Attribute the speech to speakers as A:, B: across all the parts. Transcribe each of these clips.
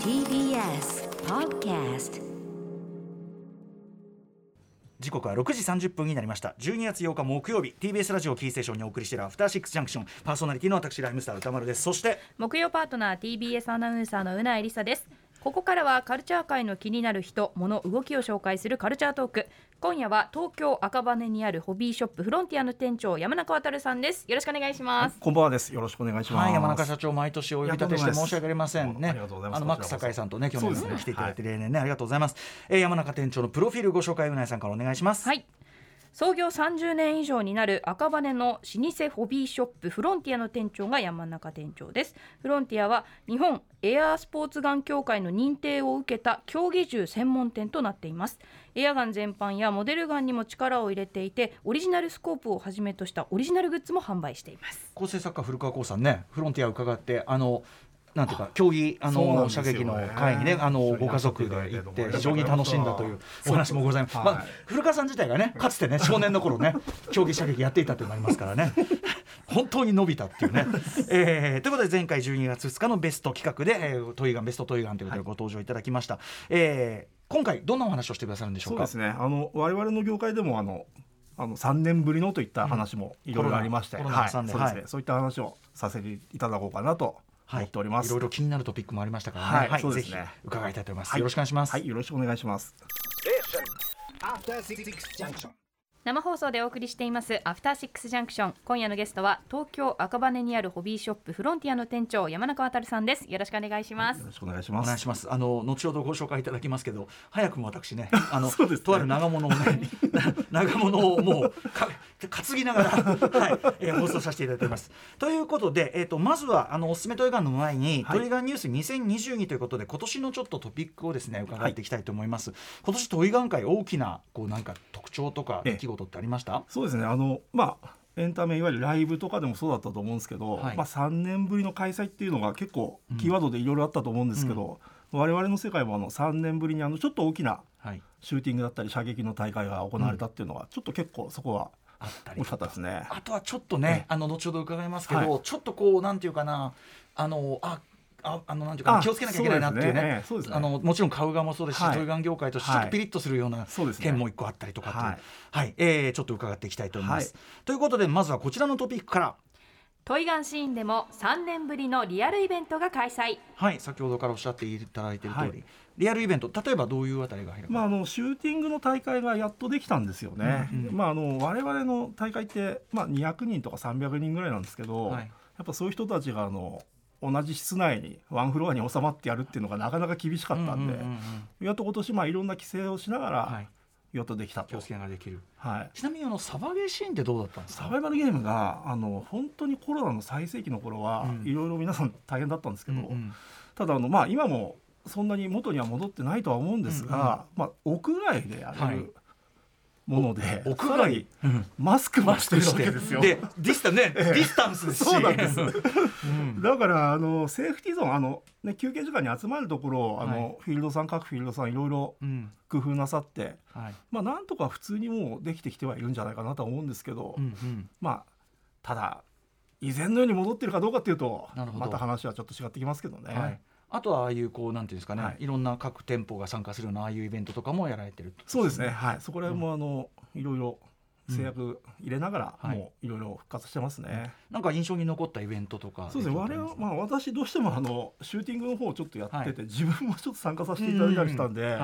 A: TBS Podcast
B: 時刻は6時30分になりました12月8日木曜日 TBS ラジオキーステーションにお送りしているアフターシックスジャンクションパーソナリティの私ライムスター歌丸ですそして
C: 木曜パートナー TBS アナウンサーのうなえりさですここからはカルチャー界の気になる人物動きを紹介するカルチャートーク今夜は東京赤羽にあるホビーショップフロンティアの店長山中渉さんですよろしくお願いします
D: こんばんはです。よろしくお願いします。
B: はい山中社長毎年お呼び立てして申し訳ありません
D: い
B: ね
D: やとんでもないですありがとうございます
B: のマック堺さんとね去年
D: そう
B: ね
D: ですね
B: 来ていただいて例年ねありがとうございます、えー山中店長のプロフィールご紹介うなえさんからお願いします
C: はい創業30年以上になる赤羽の老舗ホビーショップフロンティアの店長が山中店長ですフロンティアは日本エアースポーツガン協会の認定を受けた競技銃専門店となっていますエアガン全般やモデルガンにも力を入れていてオリジナルスコープをはじめとしたオリジナルグッズも販売しています
B: 構成作家古川光さんねフロンティアを伺ってあのなんていうか競技あ
D: そうなん
B: の
D: です
B: 射
D: よ
B: 撃の会にねあの
D: 一緒に
B: ご家族で
D: やらせてい
B: 行
D: た
B: っ
D: だいて
B: て非常に楽しんだというお話もございます、
D: はい
B: まあ、古川さん自体がねかつてね少年の頃ね競技射撃やっていたというのがありますからね 本当に伸びたっていう ね、えーということで前回12月2日のベスト企画で、えー、トイガンベストトイガンということでご登場いただきました、えー今回どんなお話をしてくださるんでしょ
D: そううで
B: か
D: すね。あの我々の業界でもあのあの三年ぶりのといった話もいろいろありまして、
B: コロナ
D: はい、
B: コロ
D: そう
B: ナ
D: で
B: の三年は
D: すね、
B: い
D: そういった話をさせていただこうかなと思っておりま
B: い
D: す。
B: ろいろ気になるトピックもありましたからね、
D: はい
B: はい
D: そう
B: ぜ
D: です
B: ひ
D: ね
B: 伺いたいと思います、
D: はい
B: よろしくお願いします、
D: はい、よろしくお願いします。
E: After Six Junction.
C: 生放送でお送りしていますアフターシックスジャンクション今夜のゲストは東京赤羽にあるホビーショップフロンティアの店長山中渉さんですよろしくお願いします
D: よろしくお願いしま
B: お願い
D: す。
B: します。あの後ほどご紹介いただきますけど、早くも私 ね、あの、
D: そうですね
B: とある長物を ね、な長物をもうか担ぎながら、はい、えー放送させていただいております。ということで、えっ、とまずはあのおすすめトイガンの前に、
D: はい
B: トイガンニュース2022ということで、今年のちょっとトピックをですね伺っていきたいと思います。今年トイガン界大きなこうなんか特徴とか
D: ええ
B: 出来事ってありました？
D: そうですね。あのまあエンタメいわゆるライブとかでもそうだったと思うんですけど、
B: はい
D: まあ三年ぶりの開催っていうのが結構キーワードでいろいろあったと思うんですけど、我々の世界もあの三年ぶりにあのちょっと大きな
B: はい。
D: シューティングだったり射撃の大会が行われたっていうのは、ちょっと結構そこは
B: あったり
D: 大き。かったですね。
B: あとはちょっとね
D: ええ、
B: あの後ほど伺いますけど、
D: は
B: ちょっとこうなんていうかな、あのあ。ああのなんていうか
D: あ
B: 気をつけなきゃいけないなっていうね
D: そうですねええそうですね
B: あのもちろん買う側もそうですし、
D: はい
B: トイガン業界としてちょっとピリッとするような
D: そうですね
B: 件も一個あったりとかっていう
D: はい
B: はいえーちょっと伺っていきたいと思います。ということでまずはこちらのトピックから、
C: トイガンシーンでも3年ぶりのリアルイベントが開催
B: はい、先ほどからおっしゃっていただいている通り、
D: はい
B: リアルイベント例えばどういうあたりが入るか、
D: まあ、あのシューティングの大会がやっとできたんですよね。
B: うんうん
D: まあ、あの我々の大会って、まあ、200人とか300人ぐらいなんですけど、
B: はい
D: やっぱそういう人たちがあの同じ室内にワンフロアに収まってやるっていうのがなかなか厳しかったんで、
B: ううううん
D: やっと今年、まあ、いろんな規制をしなが
B: は
D: ら
B: い、
D: やっとできた
B: 気
D: と。
B: をつけながらできる
D: はい
B: ちなみにあのサバゲーシーンってどうだったんです
D: サ
B: か
D: バイバルゲームがあの本当にコロナの最盛期の頃は、
B: うん
D: いろいろ皆さん大変だったんですけど、
B: うんうん
D: ただあの、まあ、今もそんなに元には戻ってないとは思うんですが、まあ、屋外でや
B: はい
D: るもので、
B: 屋
D: さらに
B: 外、うん
D: マスクもしてるわけですよ。
B: でディスタね、ディスタンスですし
D: そうなんです
B: うん
D: だからあのセーフティーゾーンあの、ね、休憩時間に集まるところをあの、
B: はい
D: フィールドさん各フィールドさんいろいろ
B: うん
D: 工夫なさって、
B: はい
D: まあ、なんとか普通にもうできてきてはいるんじゃないかなとは思うんですけど、
B: うんうん
D: まあただ以前のように戻ってるかどうかっていうと
B: なるほど
D: また話はちょっと違ってきますけどね。
B: はいあとはああいうこうなんていうんですかね、
D: はいい、
B: ろんな各店舗が参加するようなああいうイベントとかもやられてると
D: そうですね、はい、そこら辺もあの、いろいろ制約入れながら、
B: うんはい
D: もういろいろ復活してますね。
B: なんか印象に残ったイベントとか
D: そうですね、我
B: 出来事
D: 々
B: あり
D: ま
B: ま
D: あ、私どうしてもあのシューティングの方をちょっとやってて、
B: は
D: 自分もちょっと参加させ
B: す
D: ていただいたりしたんで、
B: ううはい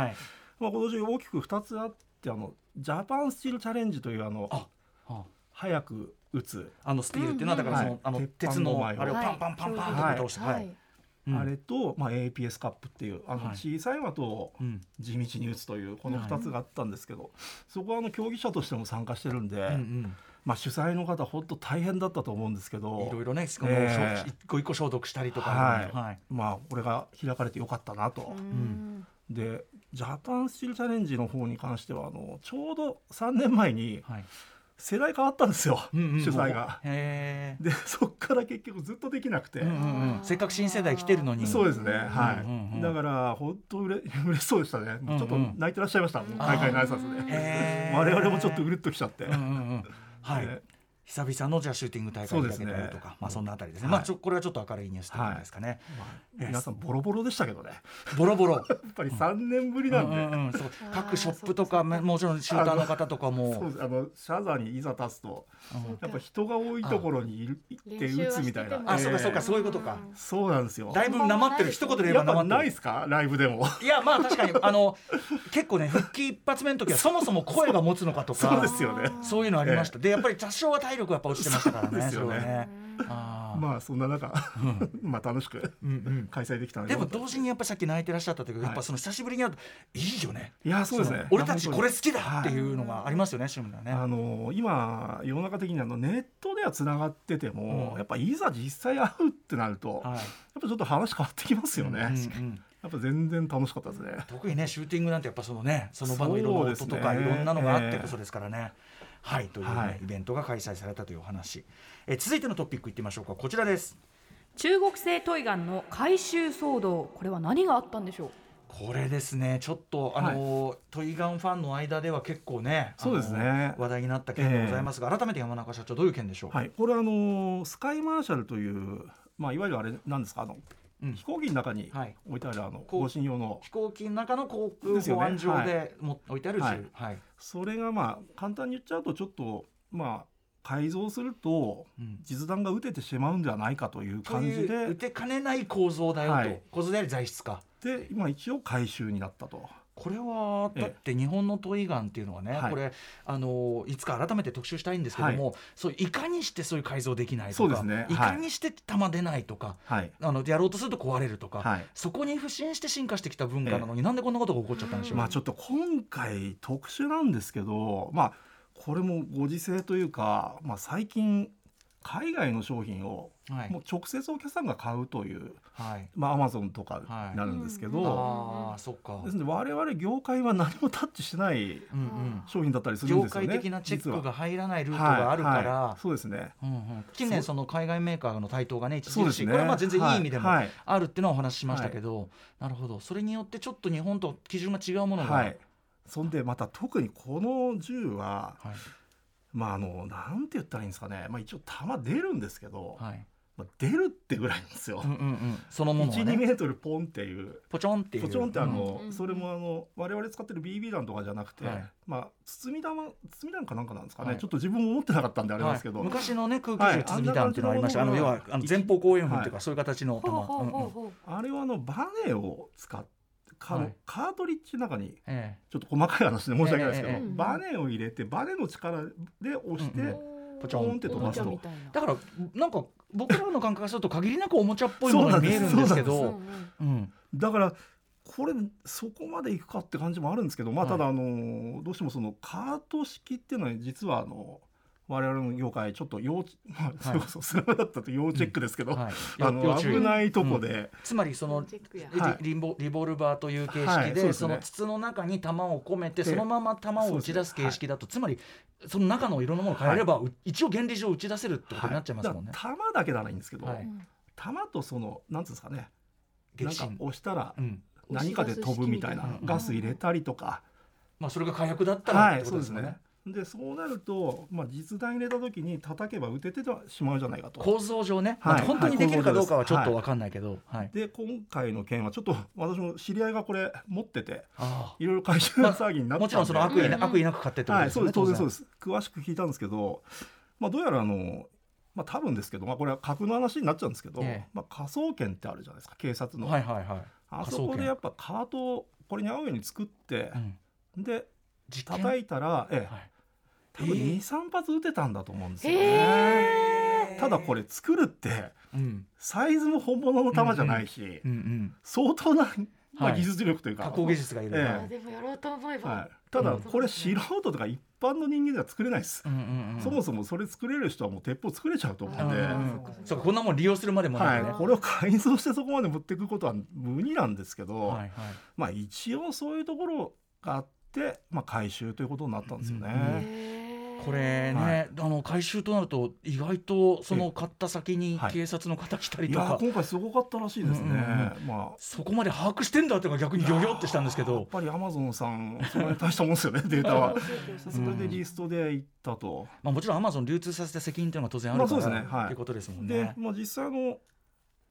D: まあ、今年大きく2つあってあのジャパンスチールチャレンジというあの
B: あは
D: 早く打つ、
B: あ、あのスティールっていうのはだからその、
D: はい
B: あの
D: 鉄
B: 鉄
D: 板の
B: のあ
D: 前を
B: れをパンパンパンパンって倒してはい、うん
D: あれと、まあ、APS カップっていうあの
B: はい
D: 小さい的を
B: うん
D: 地道に打つというこの2つがあったんですけど、そこはあの競技者としても参加してるんで、
B: うん
D: まあ、主催の方本当大変だったと思うんですけ
B: うん
D: ど
B: いろいろねこの、
D: ええ
B: 一個一個消毒したりとか、
D: はい
B: はい
D: まあこれが開かれてよかったなと。
B: ん
D: でジャパンスチールチャレンジの方に関してはあのちょうど3年前に
B: はい
D: 世代変わったんですよ、
B: うんうん
D: 主催が。
B: へ
D: でそっから結局ずっとできなくて、
B: え、うんうんうん、せっかく新世代来てるのに
D: そうですね、はい、
B: うんうん
D: だから本当うれ嬉しそうでしたね、
B: うんうん
D: ちょっと泣いてらっしゃいました、大会の挨拶で
B: へー
D: 我々もちょっとうるっときちゃって、
B: うんうんうんはい、
D: ね
B: 久々のじゃあシューティング大会に出けたりと
D: そうです
B: か、
D: ね
B: まあそんなあたりですね。
D: は
B: ま
D: い
B: あちょこれはちょっと明るいニュースということですかね。
D: 皆さんボロボロでしたけどね。
B: ボロボロ。
D: やっぱり3年ぶりなんで。
B: うんうんそう各ショップとかめもちろんシューターの方とか
D: そう
B: も
D: ですあのシャザーにいざ立つと
B: うん
D: やっぱ人が多いところにいる行って打つみたいな
B: あそうかそう
D: え
B: か
D: え
B: そういうことか
D: そうなんですよ
B: だいぶなまってる一言で言え
D: や
B: ば
D: っ
B: なま
D: ぱ
B: ってる
D: ないですかライブでも
B: いやまあ確かにあの結構ね復帰一発目の時はそもそも声が持つのかとか
D: そうですよね
B: そういうのありましたでやっぱり多少は体力がやっぱ落ちてましたからね
D: そうですよね
B: それはねあー
D: まあそんな中 まあ楽しく
B: うんうん
D: 開催できたの
B: でも
D: ど
B: 同時にやっぱさっき泣いてらっしゃったというか、
D: はい
B: やっぱその久しぶりに会うといいよね
D: いやそうですね
B: の俺たちこれ
D: い
B: 好きだっていうのがありますよね、趣味が
D: や
B: ね
D: 本当にあの今世の中的にあのネットではつながってても、
B: うん
D: やっぱいざ実際会うってなると、やっ
B: はい
D: ぱちょっと話変わってきますよね、
B: うんうん
D: やっぱ全然楽しかったですね
B: 特にねシューティングなんてやっぱそのねその場のいろんな音とか
D: そ
B: い
D: うですね
B: ろんなのがあってこそですからね。はいという、ね
D: はい
B: イベントが開催されたというお話え続いてのトピックいってみましょうかこちらです
C: 中国製トイガンの回収騒動これは何があったんでしょう
B: これですねちょっとあの、トイガンファンの間では結構ねあの
D: そうですね
B: 話題になった件でございますが、改めて山中社長どういう件でしょう、
D: はい、これあのスカイマーシャルという、まあ、いわゆるあれなんですかあの、
B: うん
D: 飛行機の中に
B: はい
D: 置いてあるあの
B: こう
D: 更新用の
B: 飛行機の中の航空
D: ですよ
B: 保
D: ね
B: 安上
D: はい
B: でも、置いてある銃、は
D: はいいそれがまあ簡単に言っちゃうとちょっとまあ改造すると
B: うん
D: 実弾が撃ててしまうんではないかという
B: と
D: 感
B: い
D: じ
B: う打
D: で
B: てかねない構造だよと、
D: はい
B: 構造であり材質か
D: で今一応回収になったと。
B: これは
D: ええ
B: だって日本のトイガンっていうのはね、
D: はい
B: これあのいつか改めて特集したいんですけども、そういかにしてそういう改造できない
D: そ
B: と
D: うで
B: か、
D: すね
B: いか
D: はい
B: にして弾出ないとか
D: はい
B: あのやろうとすると壊れるとか、
D: はい
B: そこに不信して進化してきた文化なのに、なんでこんなことが起こっちゃったんでしょう、
D: まあ、ちょっと今回特殊なんですけど、まあ、これもご時世というか、まあ、最近海外の商品を
B: はい
D: もう直接お客さんが買うという
B: はい、
D: まあ、アマゾンとかになるんですけど、
B: ああそっか、
D: ですので我々業界は何もタッチしてない
B: うんうん、
D: 商品だったりするん
B: 業
D: ですよね
B: 界的なチェック
D: 実
B: が
D: は
B: 入らないルートがあるから、
D: はいはいそうですね
B: うんうん、近年その海外メーカーの台頭がね
D: そ
B: 著
D: うで
B: し
D: す
B: い、
D: ね
B: これはまあ全然いい意味でも
D: はいはい
B: あるっていうのはお話ししましたけど、なるほどそれによってちょっと日本と基準が違うものが、
D: はいそんでまた特にこの銃は
B: はい
D: まああのなんて言ったらいいんですかね、まあ、一応弾出るんですけど、
B: はい
D: まあ、出るってぐらいなんですよ
B: うんう。んうん、そのもの
D: 1、
B: は
D: 2
B: ね
D: メートルポンっていう。
B: ポチョンっていう
D: ポチョンってあ
B: うん
D: の、
C: うん
D: それもあの我々使ってる BB 弾とかじゃなくて、
B: はい
D: まあ包み弾包み弾かなんかなんですかね、
B: はい
D: ちょっと自分も持ってなかったんであれなんですけど、
B: はい、昔のね空気銃包み弾っていうのがありました、
D: はい
B: あの要はあの前方後円墳っていうか、
D: は
B: そういう形の弾、
C: ほうほうほうほう
D: あれはあのバネを使ってカ,、
B: はい
D: カートリッジの中に
B: え
D: ちょっと細かい話で申し訳ないですけ
B: え
D: ど、
B: ええ
C: えええ
D: バネを入れてバネの力で押して、
B: うんうんポチョンって飛ばすと
C: おもちゃみたいな
B: え、だからなんか僕らの感覚がすると限りなくおもちゃっぽいものに見えるんですけ
C: う
B: ど
C: んうん
B: うん
D: だからこれそこまでいくかって感じもあるんですけど、まあ、
B: はい
D: ただあのどうしてもそのカート式っていうのは実はあの我々の業界ちょっと要、まあ、それこそスラムだったと要チェックですけど、
B: はい、
D: あ
B: 要
D: の
B: 注意
D: 危ないとこで、
B: つまりその
F: チェックや
D: はい
B: リリボリボルバーという形
D: は
B: 式
D: い
B: で,、
D: そうですね
B: その筒の中に弾を込めて
D: ええ
B: そのまま弾を打ち出す形式だと、つまりその中のいろんなものを変えれば、う一応原理上打ち出せるってことになっちゃいますもんね
D: だ。から弾だけならいいんですけど、
B: はい
D: 弾とそのなんていうんですかねな
B: 激
D: んか
B: 震
D: 押したら
B: うん
D: 何かで飛ぶみたいな
B: 押し出す式みたいな
D: ガス入れたりとか、
B: まあ、それが火薬だったらっ
D: は
B: て
D: い
B: ことで
D: そうですす
B: もんね。
D: ねでそうなると、まあ、実弾入れた時に叩けば打ててしまうじゃないかと。
B: 構造上ね、
D: はい
B: まあ本当にできるかどうかはちょっとわかんないけど、はい
D: で今回の件はちょっと私も知り合いがこれ持ってて
B: あ
D: いろいろ回収の騒ぎに
B: あ
D: なった
B: も
D: んで、
B: ちろんその悪意,、
C: うんうん
B: 悪意なく買ってってこと
D: は
B: で
D: い、
B: す
D: そう
B: よ
D: で
B: ね
D: す、当然そ
B: 当然
D: うです。詳しく聞いたんですけど、まあ、どうやらあの、まあ、多分ですけど、まあ、これは架空の話になっちゃうんですけど、
B: ええ
D: まあ、科捜研ってあるじゃないですか、警察の。
B: はいはいはい、
D: あ
B: 科
D: そ
B: 捜
D: こ
B: 研
D: でやっぱカートをこれに合うように作って
B: う、ん、
D: で、
B: 実験
D: 叩いたら、ええ、
B: はい
D: 多分2、3発打てたんだと思うんですよね。
C: へー
D: ただこれ作るって、
B: うん
D: サイズも本物の弾じゃないし
B: う、んうん、
D: 相当な、
B: は
D: まあ、
B: い
D: 技術力というか。
B: 加工技術がいる、
D: ええ
F: あでもやろうと思えば、
D: はい、ただ
B: うん
D: これ素人とか一般の人間では作れないです
B: う、んうんうん、
D: そもそもそれ作れる人はもう鉄砲作れちゃうと思うん
B: う
D: で、
B: んうんうんそうかこんなもん利用するまでもな
D: はいい
B: ね。
D: これを改造してそこまで持っていくことは無理なんですけど、
B: はいはい
D: まあ一応そういうところがあって、まあ、回収ということになったんですよ
B: う
D: ね。
B: ん
F: へー
B: これね、
D: はい
B: あの回収となると意外とそ
D: え
B: の買った先に
D: はい
B: 警察の方来たり
D: い
B: と
D: や
B: か、
D: 今回すごかったらしいですね、
B: うんうんうん
D: まあ
B: そこまで把握してんだってのが逆にギョギョってしたんですけ
D: やっ
B: ど
D: ぱりアマゾンさんそれに大したもんですよねデータはそれでリストで行ったと、
B: まあ、もちろんアマゾン流通させた責任というのが当然あるから、
D: まあそうですねはい
B: ということですもん
D: で、
B: ね。
D: まあ、実際あの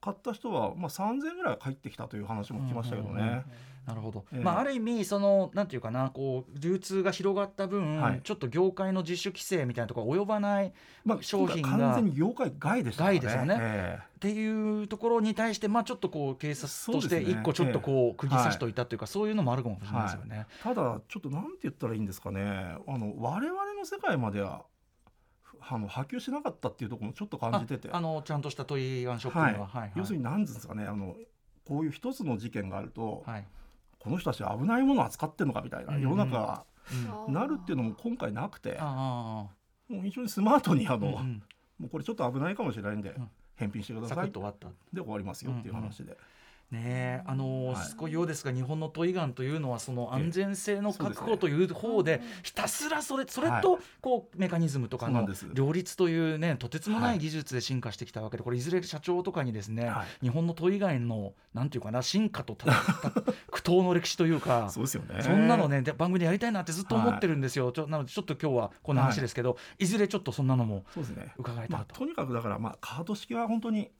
D: 買った人は、まあ、3000円ぐらい返ってきたという話も聞きましたけどね、
B: うんうんうんなるほど、
D: ええ
B: まあ、ある意味そのなんていうかなこう流通が広がった分、
D: はい
B: ちょっと業界の自主規制みたいなところが及ばないっ
D: まあ、
B: 商
D: 商
B: 品
D: 品
B: が
D: 完全に業界外でしたからね
B: 外ですよね
D: え
B: ていうところに対して、まあ、ちょっとこう警察とし
D: そう
B: て
D: ですね
B: 一個ちょっとこう釘刺しといたというかそう,、いうのもあるかもしれないですよね。
D: えただちょっとなんて言ったらいいんですかねあの我々の世界まではあの波及しなかったっていうところもちょっと感じてて
B: ああのちゃんとした問い合わせショップには、はいはい
D: 要するに何ですかねあのこういう一つの事件があると、
B: はい
D: この人たち危ないものを扱ってるのかみたい
B: う
D: な、
B: んうん
D: 世の中が
B: うん
D: なるっていうのも今回なくて、
B: あ
D: もう非常にスマートにあ
B: あ、
D: の、
B: うんうん
D: もうこれちょっと危ないかもしれないんで、
B: ん
D: 返品してくだ
B: サ
D: さ
B: ク
D: い
B: ッ
D: で
B: と終わった。
D: 終わりますよっていう話で、
B: ねえあのー
D: はい
B: しつこいようですが日本のトイガンというのはその
D: ええ
B: 安全性の確保という方でひたすらそれそれ
D: はい
B: とこうメカニズムとか
D: そうな
B: の
D: んです
B: 両立というねとてつもな
D: はいい
B: 技術で進化してきたわけでこれいずれ社長とかにですね、
D: はい
B: 日本のトイガンのなんていうかな進化とた た苦闘の歴史というか
D: そうですよ ね
B: そんなのね、で番組でやりたいなってずっと思ってるんですよ、ちょなのでちょっと今日はこんな話ですけど、い、ずれちょっとそんなのも
D: そうですね
B: 伺えた
D: ま
B: ら
D: あ、
B: と、
D: とにかくだから、まあ、カード式は本当に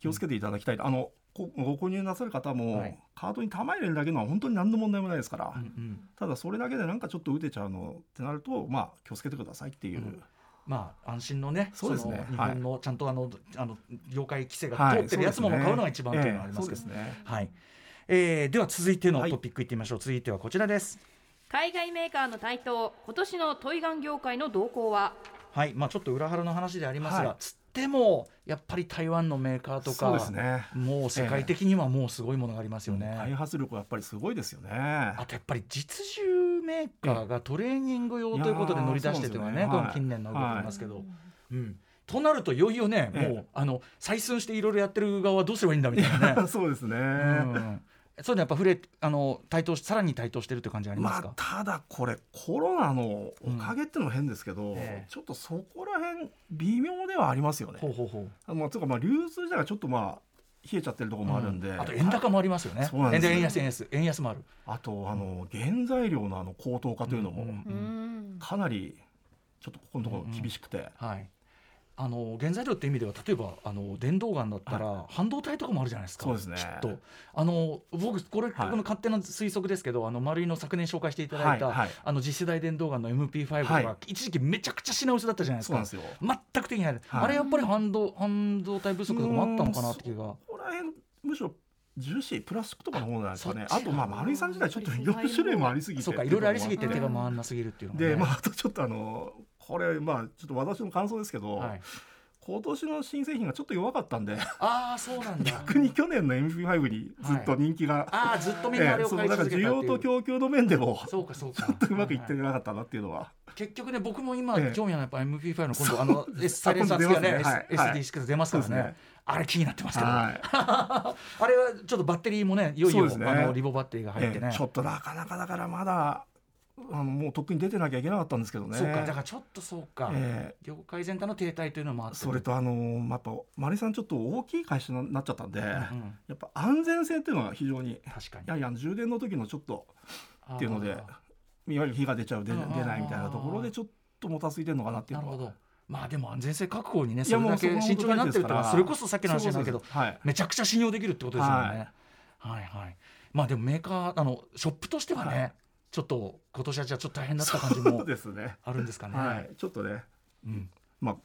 D: 気をつけていただきたい、あのこご購入なさる方も、
B: はい
D: カードに玉入れるだけのは本当に何の問題もないですから、
B: うんうん
D: ただそれだけでなんかちょっと打てちゃうのってなると、まあ、気をつけてくださいっていう、
B: うんまあ安心のね、
D: そうですね
B: の日
D: はい
B: 本のちゃんとあの、あの業界規制が
D: は
B: 通
D: い
B: ってるやつものを買うのが一番というのはあります
D: そ
B: け
D: う
B: ど、
D: ですね
B: はい。えーでは続いての
D: はい
B: トピックいってみましょう。続いてはこちらです。
C: 海外メーカーの台頭今年のトイガン業界の動向は
B: はい。まあちょっと裏腹の話でありますが、
D: はい
B: つってもやっぱり台湾のメーカーと
D: そう
B: か、
D: ですね
B: もう世界的にはもうすごいものがありますよね。
D: 開発力はやっぱりすごいですよね
B: あとやっぱり実需メーカーがトレーニング用ということで乗り出してというのはね
D: いやー
B: こ
D: そう
B: の
D: ですよ
B: 近
D: ね
B: 年の動きありますけど。うんとなるといよいよね、
D: ええ。
B: もうあの採寸していろいろやってる側はどうすればいいんだみたいなね
D: そうですね、
B: うんそういうのやっぱ触れあの対等しさらに対等してるという感じあります
D: まあ
B: か、
D: ただこれコロナのおかげってのも変ですけど、
B: んええ
D: ちょっとそこら辺微妙ではありますよね
B: ほうほうほう
D: あまあ、つうかまあ流通自体がちょっとまあ冷えちゃってるところもあるんで、
B: あと円高もありますよね
D: そうなんですよ
B: 円安円安円安もある
D: あとあの原材料のあの高騰化というの
B: うんう
D: も
B: ん
D: かなりちょっとここのところ厳しくて、
B: はいあの原材料って意味では例えばあの電動ガンだったら、半導体とかもあるじゃないですか
D: そうですね
B: きっとあの僕これ、
D: はい
B: この勝手な推測ですけどあの丸井の昨年紹介していただいた、
D: はいはい
B: あの次世代電動ガンの MP5 とか、
D: はい
B: 一時期めちゃくちゃ品薄だったじゃないです
D: そうなん
B: か
D: ですよ。こ
B: 全く手に入らない、
D: はい
B: あれやっぱり半導半導体不足とかもあったのかなって気が。
D: こら辺むしろ樹脂プラスチックとかの方なんですかね
B: あ
D: あ
B: そっち
D: とまあ丸井さん自体ちょっといろいろ種類もありすぎて
B: そうかいろいろありすぎて
D: って
B: 手
D: いう
B: が回
D: のもあ
B: らなすぎるっていう
D: っ
B: の
D: て
B: がね、
D: でまああとちょっとあのこれまあちょっと私の感想ですけど、
B: はい、
D: 今年の新製品がちょっと弱かったんで
B: ああそうなんだ
D: 逆に去年の MP5 にずっと人気が、
B: ああずっとみん
D: え
B: なあ
D: え
B: れを
D: そう
B: 買い
D: だから
B: 続け
D: 需
B: たっ
D: 要
B: てい
D: と
B: う
D: 供給の面でも
B: そうかそうか
D: うまくいって
B: はい
D: なかったなっていうのは、
B: はい結局ね僕も今
D: ええ
B: 興味あるのはやっぱ MP5 の今度あの S サイレンサー
D: 今
B: 付
D: 度
B: きがね
D: 出ますね
B: S-
D: はい
B: SD 式が出ますから
D: そうです
B: ね
D: ね
B: あれ気になってますけどあ
D: はい
B: れはちょっとバッテリーもねいよい
D: そ
B: よ
D: うですね
B: あのリボバッテリーが入って
D: え
B: ね
D: えちょ
B: そう
D: っとなかなかだからまだあのもうとっくに出てなきゃいけなかったんですけどね。
B: かだからちょっとそうか
D: ええ
B: 業界全体の停滞というのもあって
D: それとあのまあやっぱマリさんちょっと大きい会社になっちゃったんで、
B: うんうん
D: やっぱ安全性っていうのが非常に
B: 確かに
D: やはりあの充電の時のちょっとっていうのでい
B: あ
D: わ
B: あ
D: ゆる火が出ちゃう出
B: うんうんうんうん
D: 出ないみたいなところでちょっともたついてるのかなっていう
B: なる
D: の
B: ほ
D: は。
B: どまあでも安全性確保にね
D: い
B: そ
D: や
B: れ
D: も
B: だ
D: う
B: け
D: こが
B: 慎重になってるっての
D: 本当大事ですか
B: は
D: ら
B: それこそさっきの話じゃないけど
D: そうそうそうはい、
B: めちゃくちゃ信用できるってことですもんね。は
D: はいい、
B: はいまあでもメーカーあのショップとしてはね、
D: はい
B: ちょっと今年はじゃあちょっと大変だった感じも
D: そうですね。
B: あるんですかね。は、
D: はいい、ちょっとね、
B: うん
D: まあ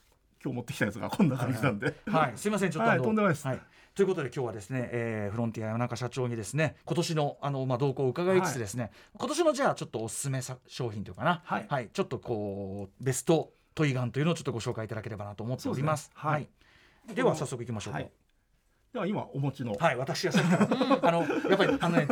D: 今日持ってきたやつがこんな感じなんで、
B: はい、すいませんちょっとあの、
D: はいとんでもないです
B: はいということで今日はですね、えーフロンティア山中社長にですね今年のあのまあ動向を伺いつつですね、今年のじゃあちょっとおすすめさ商品というかな、
D: はい
B: ちょっとこうベストトイガンというのをちょっとご紹介いただければなと思っております。
D: そうですねはい
B: はい、では早速いきましょうか。
D: はいでは今お持ちの、
B: はい、私はさっきからあのやっぱりあのね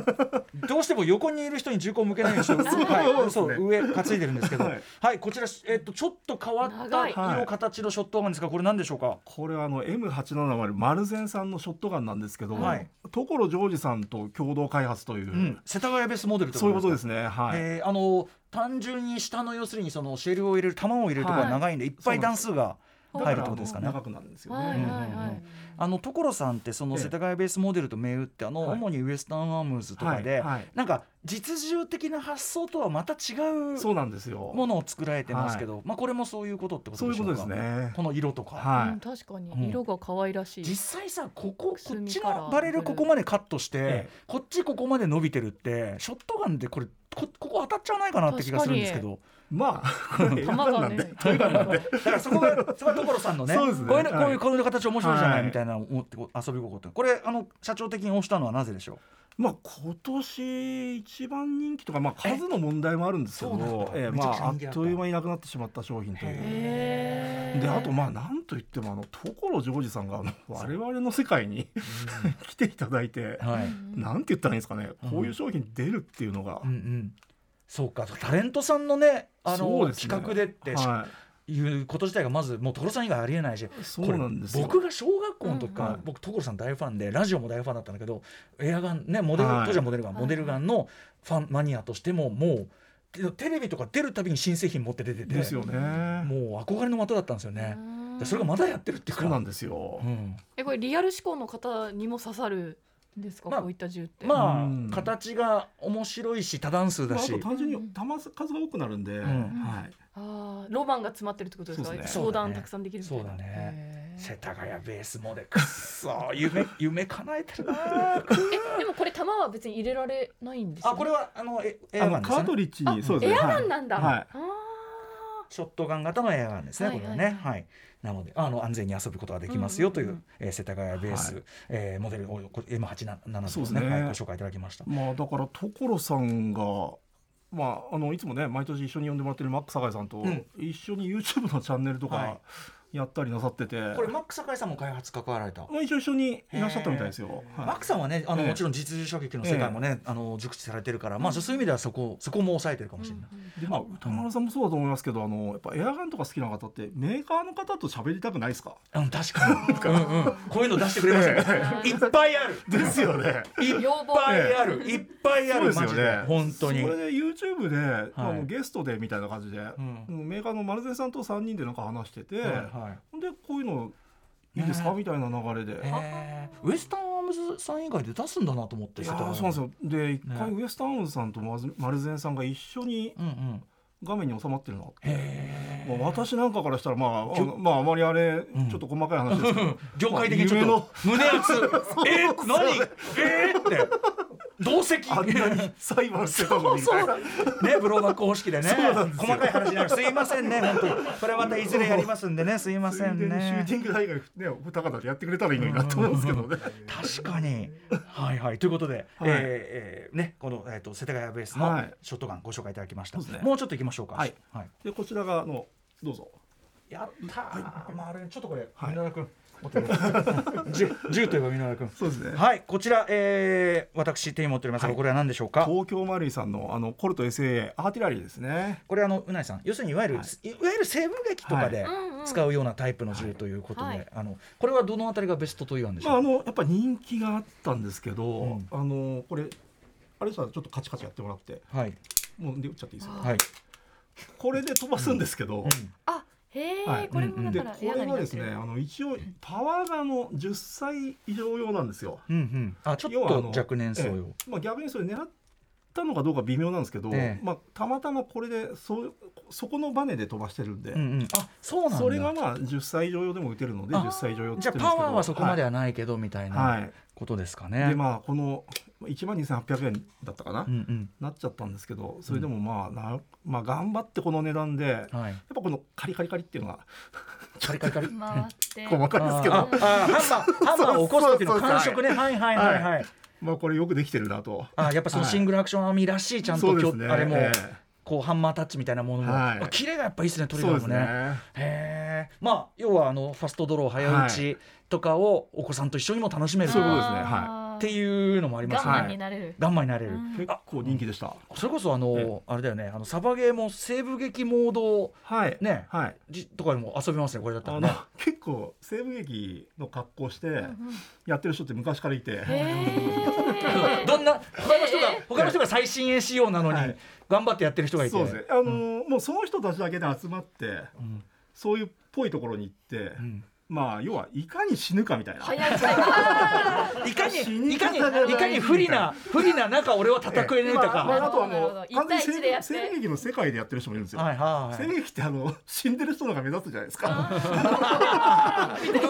B: どうしても横にいる人に銃口を向けないようにして、はい、
D: そ
B: そう
D: ですね
B: う上担いでるんですけど、は
D: はいい、
B: こちらえっとちょっと変わっ
C: 長
B: た
C: い
D: は
B: 色
D: い
B: 形のショットガンですがこれ何でしょうか。
D: これはあの M870 マルゼンさんのショットガンなんですけど、
B: はい
D: 所ジョージさんと共同開発という、
B: うん、世田谷ベースモデルって
D: そういうことですすね。はい。
B: えーあの単純に下の要するにそのシェルを入れる弾を入れるところが長いんで、い、っぱい段数が
D: だ
B: 入
D: か
B: るっ
D: ら
B: てことですかね。
D: 長くなるんですよね。
C: はいはい
B: うんうんう
C: は
B: ん
C: い。
B: あの所さんってその
D: ええ
B: 世田谷ベースモデルと銘打ってあの、
D: はい
B: 主にウエスタンアームズとかで、
D: はいはい
B: なんか実銃的な発想とはまた違
D: そううなんですよ。
B: ものを作られてますけど、まあこれもそういうことってこと
D: そう
B: で
D: いう
B: し
D: こ
B: ょうか
D: とですね。
B: この色とか、
D: は
C: うん、確か
B: うん
C: に色が可愛らしい。
B: 実際さこここっち
C: 隅から
B: のバレルここまでカットして、
D: え
B: こっちここまで伸びてるってショットガンでこれこここ当たっちゃわないかなって気がするんですけど
D: い。まあこれエア
C: 玉
D: ガ
C: が
D: ンなんで
C: ね。
B: だからそこがそこが所さんのね
D: そうですね
B: こういうのこうい
D: は
B: う
D: い
B: こういう形面白いじゃない、
D: はい
B: みたいな思ってこう遊び心ってこれあの社長的に押したのはなぜでしょう
D: まあ今年一番人気とかまあ数の問題もあるんですけ
B: えそうなんだ
D: ど、ええ
B: めち
D: ま
B: ゃくちゃ
D: ああ
B: 人
D: っ
B: 気だった
D: という間になくなってしまった商品とい
B: へ
D: う。
C: へー
D: であとまあなんといってもあの所ジョージさんがあの我々の世界に 来ていただいて、
B: はい、
D: なんて言ったらいいんですかね
B: うん。
D: こういう商品出るっていうのが
B: うんう。ん、そうかタレントさんのねあ
D: そう
B: の
D: ですね
B: 企画でって
D: は
B: いうこと自体がまずもう所さん以外ありえないし
D: い。そうなんですよ。
B: 僕が小学校の時から、
D: うんうん
B: 僕所さん大ファンでラジオも大ファンだったんだけどエアガンねモデル、
D: はい
B: 当時はモデルガン
C: はい
B: モデルガンのファンマニアとしてももうテレビとか出るたびに新製品持って出てて
D: ですよね。
B: もう憧れの的だったんですよね、でそれがまだやってるっていうか
D: そうなんですよ
B: う。ん
C: えこれリアル思考の方にも刺さるんですか、
B: まあ
C: こういった銃って。
B: まあ、
D: うん
B: 形が面白いし多段数だ
D: まああ
B: し、
D: と単純に弾数数が多くなるんで、
B: ん
D: はい。
C: ああロマンが詰まってるってことですか。
D: そうです
B: ね
C: 相談たくさんできるみたいな。
B: そうだね
C: へー
B: 世田谷ベースモデルくっそ夢夢叶えてるな ー
C: えでもこれ弾は別に入れられないんですよ、
B: あこれはあのえエ
D: あ
B: アガ
D: の
B: ンです
D: カー
B: ね
D: トリッジにそうです
C: エ
D: ね。
C: アガ
D: はい
C: ンなんだ。
D: はい
C: あ
B: ショットガン型のエアガンですね、
C: はい
B: これはね、
C: は
B: はいなのであの安全に遊ぶことができますよという,、
C: うんうん
B: えー世田谷ベース、
D: は
B: えーモデルをこれ M87
D: そうです
B: ね
D: ね
B: はい、ご紹介いただきました。
D: まあだから所さんが。まあ、あのいつもね毎年一緒に呼んでもらってるマック酒井さんと
B: うん
D: 一緒に YouTube のチャンネルと
B: は
D: かやったりなさってて、
B: これマック酒井さんも開発関わられた、
D: まあ、一応一緒にいらっしゃったみたいですよ。はい
B: マックさんはねあの、
D: ええ
B: もちろん実銃射撃の世界もね、あの熟知されてるから、まあ、そういう意味ではそこそこも抑えてるかもしれない。
D: でまあ歌丸さんもそうだと思いますけどあのやっぱエアガンとか好きな方ってメーカーの方と喋りたくないですか
B: うん、確かに、 うんうん、こういうの出してくれましたねいっぱいある
D: ですよね。
B: いっぱいある、いっぱいある、
D: そう
B: マ
D: です
B: ジ
D: よね
B: で、本当に
D: そ。れで YouTube で、あのゲストでみたいな感じで、
B: ん
D: メーカーの丸善さんと3人でなんか話してて、
B: はいはい
D: でこういうのいいですか、
B: ね
D: みたいな流れで。
B: えーウエスタンアームズさん以外で出すんだなと思って。
D: いやーそうなんです
B: よ。
D: よで一回
B: ね
D: ウエスタンウンさんとマズ丸善さんが一緒に
B: うんうん。
D: 画面に収まってるの、
B: へ
D: まあ、私なんかからしたらまああのまああまりあれ
B: ん
D: ちょっと細かい話ですけど、
B: ー業界的にちょっと胸熱。えー、何？えーって同席。
D: あんなに裁判してたのにみたいな
B: ね、ブローバック方式でね
D: そうなんですよ
B: 細かい話になるすいませんね本当にこれまたいずれやりますんでねすいま
D: つい
B: せん
D: でにシュ
B: ね
D: ーティング大会ねお二方でやってくれたらいいのになと思うんですけどね。
B: 確かに。はいはい。ということで、え
D: はい
B: ーえーね、この、えー、と世田谷ベースの
D: はい
B: ショットガンご紹介いただきました。
D: そうですね
B: もうちょっといきましょうか。
D: はいでこちらがあのどうぞ
B: やったー、まあ、あれちょっとこれ、
D: はい
B: ミノラ君持 ってる銃銃といえばミノラ君
D: そうですね
B: はいこちら、えー、私手に持っておりますが、
D: はい
B: これは何でしょうか
D: 東京マルイさんのあのコルト SA アーティラリーですね。
B: これあのうないさん要するにいわゆる、、
D: はい
B: わゆる西部劇とかで
C: はいうんうん
B: 使うようなタイプの銃ということで、
C: はい
B: あのこれはどのあたりがベストと言うんでし
D: まあ
B: ょ
D: あ
B: うか、
D: のやっぱ人気があったんですけど、
B: うん
D: あのこれあれさちょっとカチカチやってもらって
B: はい
D: もうで打っちゃっていいですか。
B: はい、
D: これで飛ばすんですけど、
C: あへえ、
D: はい
C: これも
D: で
C: だ
D: こ
C: からエアガン
D: れ
C: にな
D: は
C: っ
D: です
C: て
D: ね
C: る。
D: あの一応パワーがの10歳以上用なんですよ。
B: うんうん、あちょっ
D: 要はあの
B: と若年層
D: え
B: よ、
D: えまあ逆にそれ狙ったのかどうか微妙なんですけど、
B: ええ
D: まあたまたまこれでそそこのバネで飛ばしてるんで。
B: うんうん、あそうなんだ
D: それがまあ10歳以上用でも打てるので
B: あ
D: 10歳以上用って
B: じゃ
D: 言
B: あ
D: ってるんですけど
B: パワーはそこまで
D: は
B: はないけど、みたい
D: い、
B: な
D: はい
B: ことですかね、
D: でまあこの1万2800円だったかな、
B: うん
D: なっちゃったんですけどそれでもまあな、まあ、頑張ってこの値段でやっ
B: う
D: ぱ
B: んはい
D: このカリカリカリっていうのは
B: カリカリカリ
C: 回って。
D: 細かいですけ
B: あ
D: ど
B: あハンマー、ハンマーを起こす時の感触ね。はいはいはいはい。
D: まあこれよくできてるなと。
B: あ、やっぱそのシングルアクションアーミーらしいちゃんと
D: そう
B: 今
D: です
B: 日、
D: ね
B: あれも
D: え
B: こうハンマータッチみたいなものも、
D: はい
B: あキレがやっぱいいですねトリガ
D: そう
B: ーも
D: です
B: ね。
D: ね
B: へえまあ要はあのファストドロー早打ちとかをお子さんと一緒にも楽しめる
D: そういうことですね
C: あー
B: っていうのもありますよ
C: 我慢
B: ね。
C: になれる。
B: ガンマになれる、
C: うん
D: 結構人気でした
B: それこそあの、
D: ええ
B: あれだよねあのサバゲーも西部劇モード
D: はい
B: ね
D: はい
B: じとかでも遊べますねこれだった
D: あ
B: ら
D: の
B: ね。
D: 結構西部劇の格好して
C: うんうん
D: やってる人って昔からいて、
C: へー
B: どんな他の人が他の人が最新鋭仕様なのに
D: はい
B: 頑張ってやってる人がいて、
D: そうですね、あのーもうその人たちだけで集まって
B: うん
D: そういうっぽいところに行って、
B: うん
D: まあ要はいかに死ぬかみたいな
C: 早くあ
B: いか
D: 死
B: に
D: に
B: いか
D: 方
B: に
D: が大事
B: いかに不利な不利な中俺は叩くえねえと
D: まあま
B: か。
D: ああとは
C: なるほ
D: もう
C: ど
D: 完全に
C: 一対一でやって
D: 西部西部劇の世界でやってる人もいるんですよ、
B: はいは
D: 西部劇ってあの死んでる人の方が目立つじゃないですか
B: い。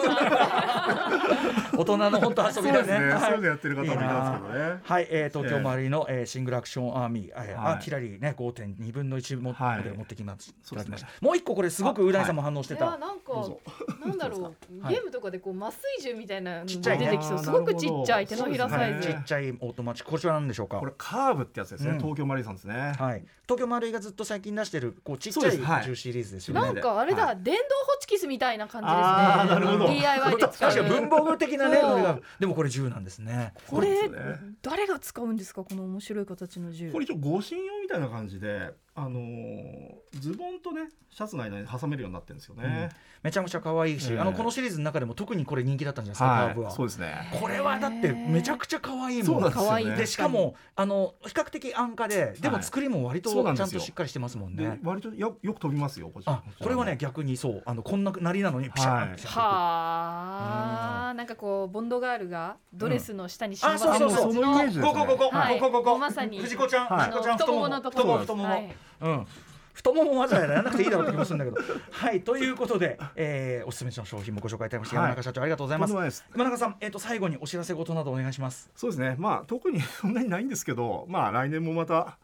B: 大人の本当遊
D: そう
B: び
D: で
B: だ
D: すね、
B: ね。はい
D: そういうのやってる方もいますけどね
B: はい、えー、東京周りの、えーシングルアクションアーミー、えー
D: はい
B: アーティラリーね5.2分の1も、
D: はい
B: まで持ってきますい
D: そ
B: た
D: う
B: だ
D: で
B: き
D: すね
B: ましたもう一個これすごくう大さんも反応してた、
F: いやなん
D: どう
F: か
D: ぞ
F: なんだろう
B: はい
F: ゲームとかでこう麻酔銃みたいなのが
B: ちっ
F: 出
B: ちゃいね
F: てきそう
D: あー
F: すごくちっちゃい
D: な
F: 手
D: るほど
F: のひらサイズ
D: そうです
B: ち
D: ね
B: っちゃいオートマチックこちらなんでしょうか
D: これカーブってやつですね、
B: うん
D: 東京マリーさんですね、
B: はい、東京丸井がずっと最近出してるこうちっち
D: そ
B: ゃ
D: うですはい
B: い銃シリーズですよね。
F: なんかあれだ、
D: は
F: 電動ホチキスみたいな感
D: あ
F: じ
D: ーな
F: で
D: る
F: す
D: ほ
F: ね
D: ど
F: DIY で使う
B: 確かに文房具的なね
F: そう
B: ノリがでもこれ銃なんですね。
F: これ、
D: そうですね
F: 誰が使うんですかこの面白い形の銃
D: これ一応護身用みたいな感じで、あのーズボンとねシャツの間に挟めるようになってるんですよね。
B: めちゃくちゃ可愛いし、
D: ええ
B: あのこのシリーズの中でも特にこれ人気だったんじゃないですか、カーブは。
D: ですね。
B: これはだってめちゃくちゃ可愛い
D: そ
B: も。
D: うんなんです
F: 可
D: よ
F: 愛い
D: ね。
B: でしかもあの比較的安価ででも作りも割と
D: そうなん
B: ち
D: で
B: ゃ
D: す
B: ん
D: よ
B: としっかりしてますもん
D: で
B: ね。
D: 割とよよく飛びますよこちら
B: あこれはね逆にそうあのこんななりなのにピシャーンって
F: はあなんかこうボンドガールがドレスの下に忍ばせ
B: あ
F: る
B: そうそうそ
F: 感じ
B: う
D: そのイメージですね
B: こここここ
F: はい
B: ここここ
F: まさに
B: 藤子ちゃん
D: はい
B: 藤子ちゃ
F: あ
B: ん
F: の太もものところ
B: 太もも太も
F: は
B: も
F: い
B: うん、太ももわざわざやらなくていいだろうって気もするんだけど。はい、ということで、えー、おすすめの商品もご紹介いただきました。
D: はい
B: 山中社長、ありがとうございま。
D: とんですもないです。
B: 山中さん、えっ、と、最後にお知らせ事などお願いします。
D: そうですね。まあ特に そんなにないんですけど、まあ来年もまた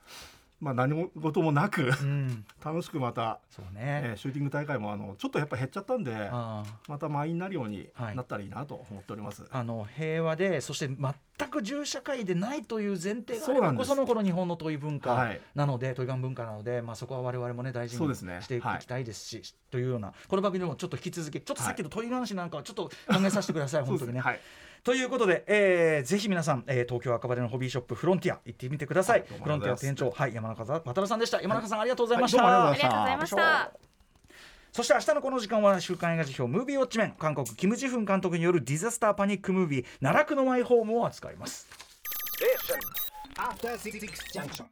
D: まあ何も事もなく
B: うん、
D: 楽しくまた、
B: そう
D: え
B: ね。
D: ーシューティング大会もあのちょっとやっぱ減っちゃったんで、
B: あー
D: また満員になるように
B: はい
D: なったらいいなと思っております。
B: あの平和でそして全く銃社会でないという前提があ
D: そ
B: れ
D: うな
B: ば
D: んで
B: こ
D: す
B: そのこの日本の問い文
D: は
B: 化
D: い
B: なので、問い文化なので、まあ、そこは我々もね大事
D: そう
B: に
D: ですね
B: していきたいですしというようなこの番組でもちょっと引き続きちょっとさっきの問い話なんかはちょっと考えさせてくだ さい本当
D: そうです
B: にね。
D: はい。
B: ということで、えーぜひ皆さん、えー東京赤羽のホビーショップフロンティア行ってみてください、
D: はいどうも
B: フロンティア
D: ありがと
B: 店
D: うござ
B: 長、はい、山中さん渡辺さんでした山中さん、ありがとうございました、
D: はいどうもありがとうございま
F: あ
D: し
F: りがとうございました
B: そして明日のこの時間は週刊映画辞表ムービーウォッチメン韓国キム・ジフン監督によるディザスターパニックムービー奈落のマイホームを扱います
E: Station. After Six Junction.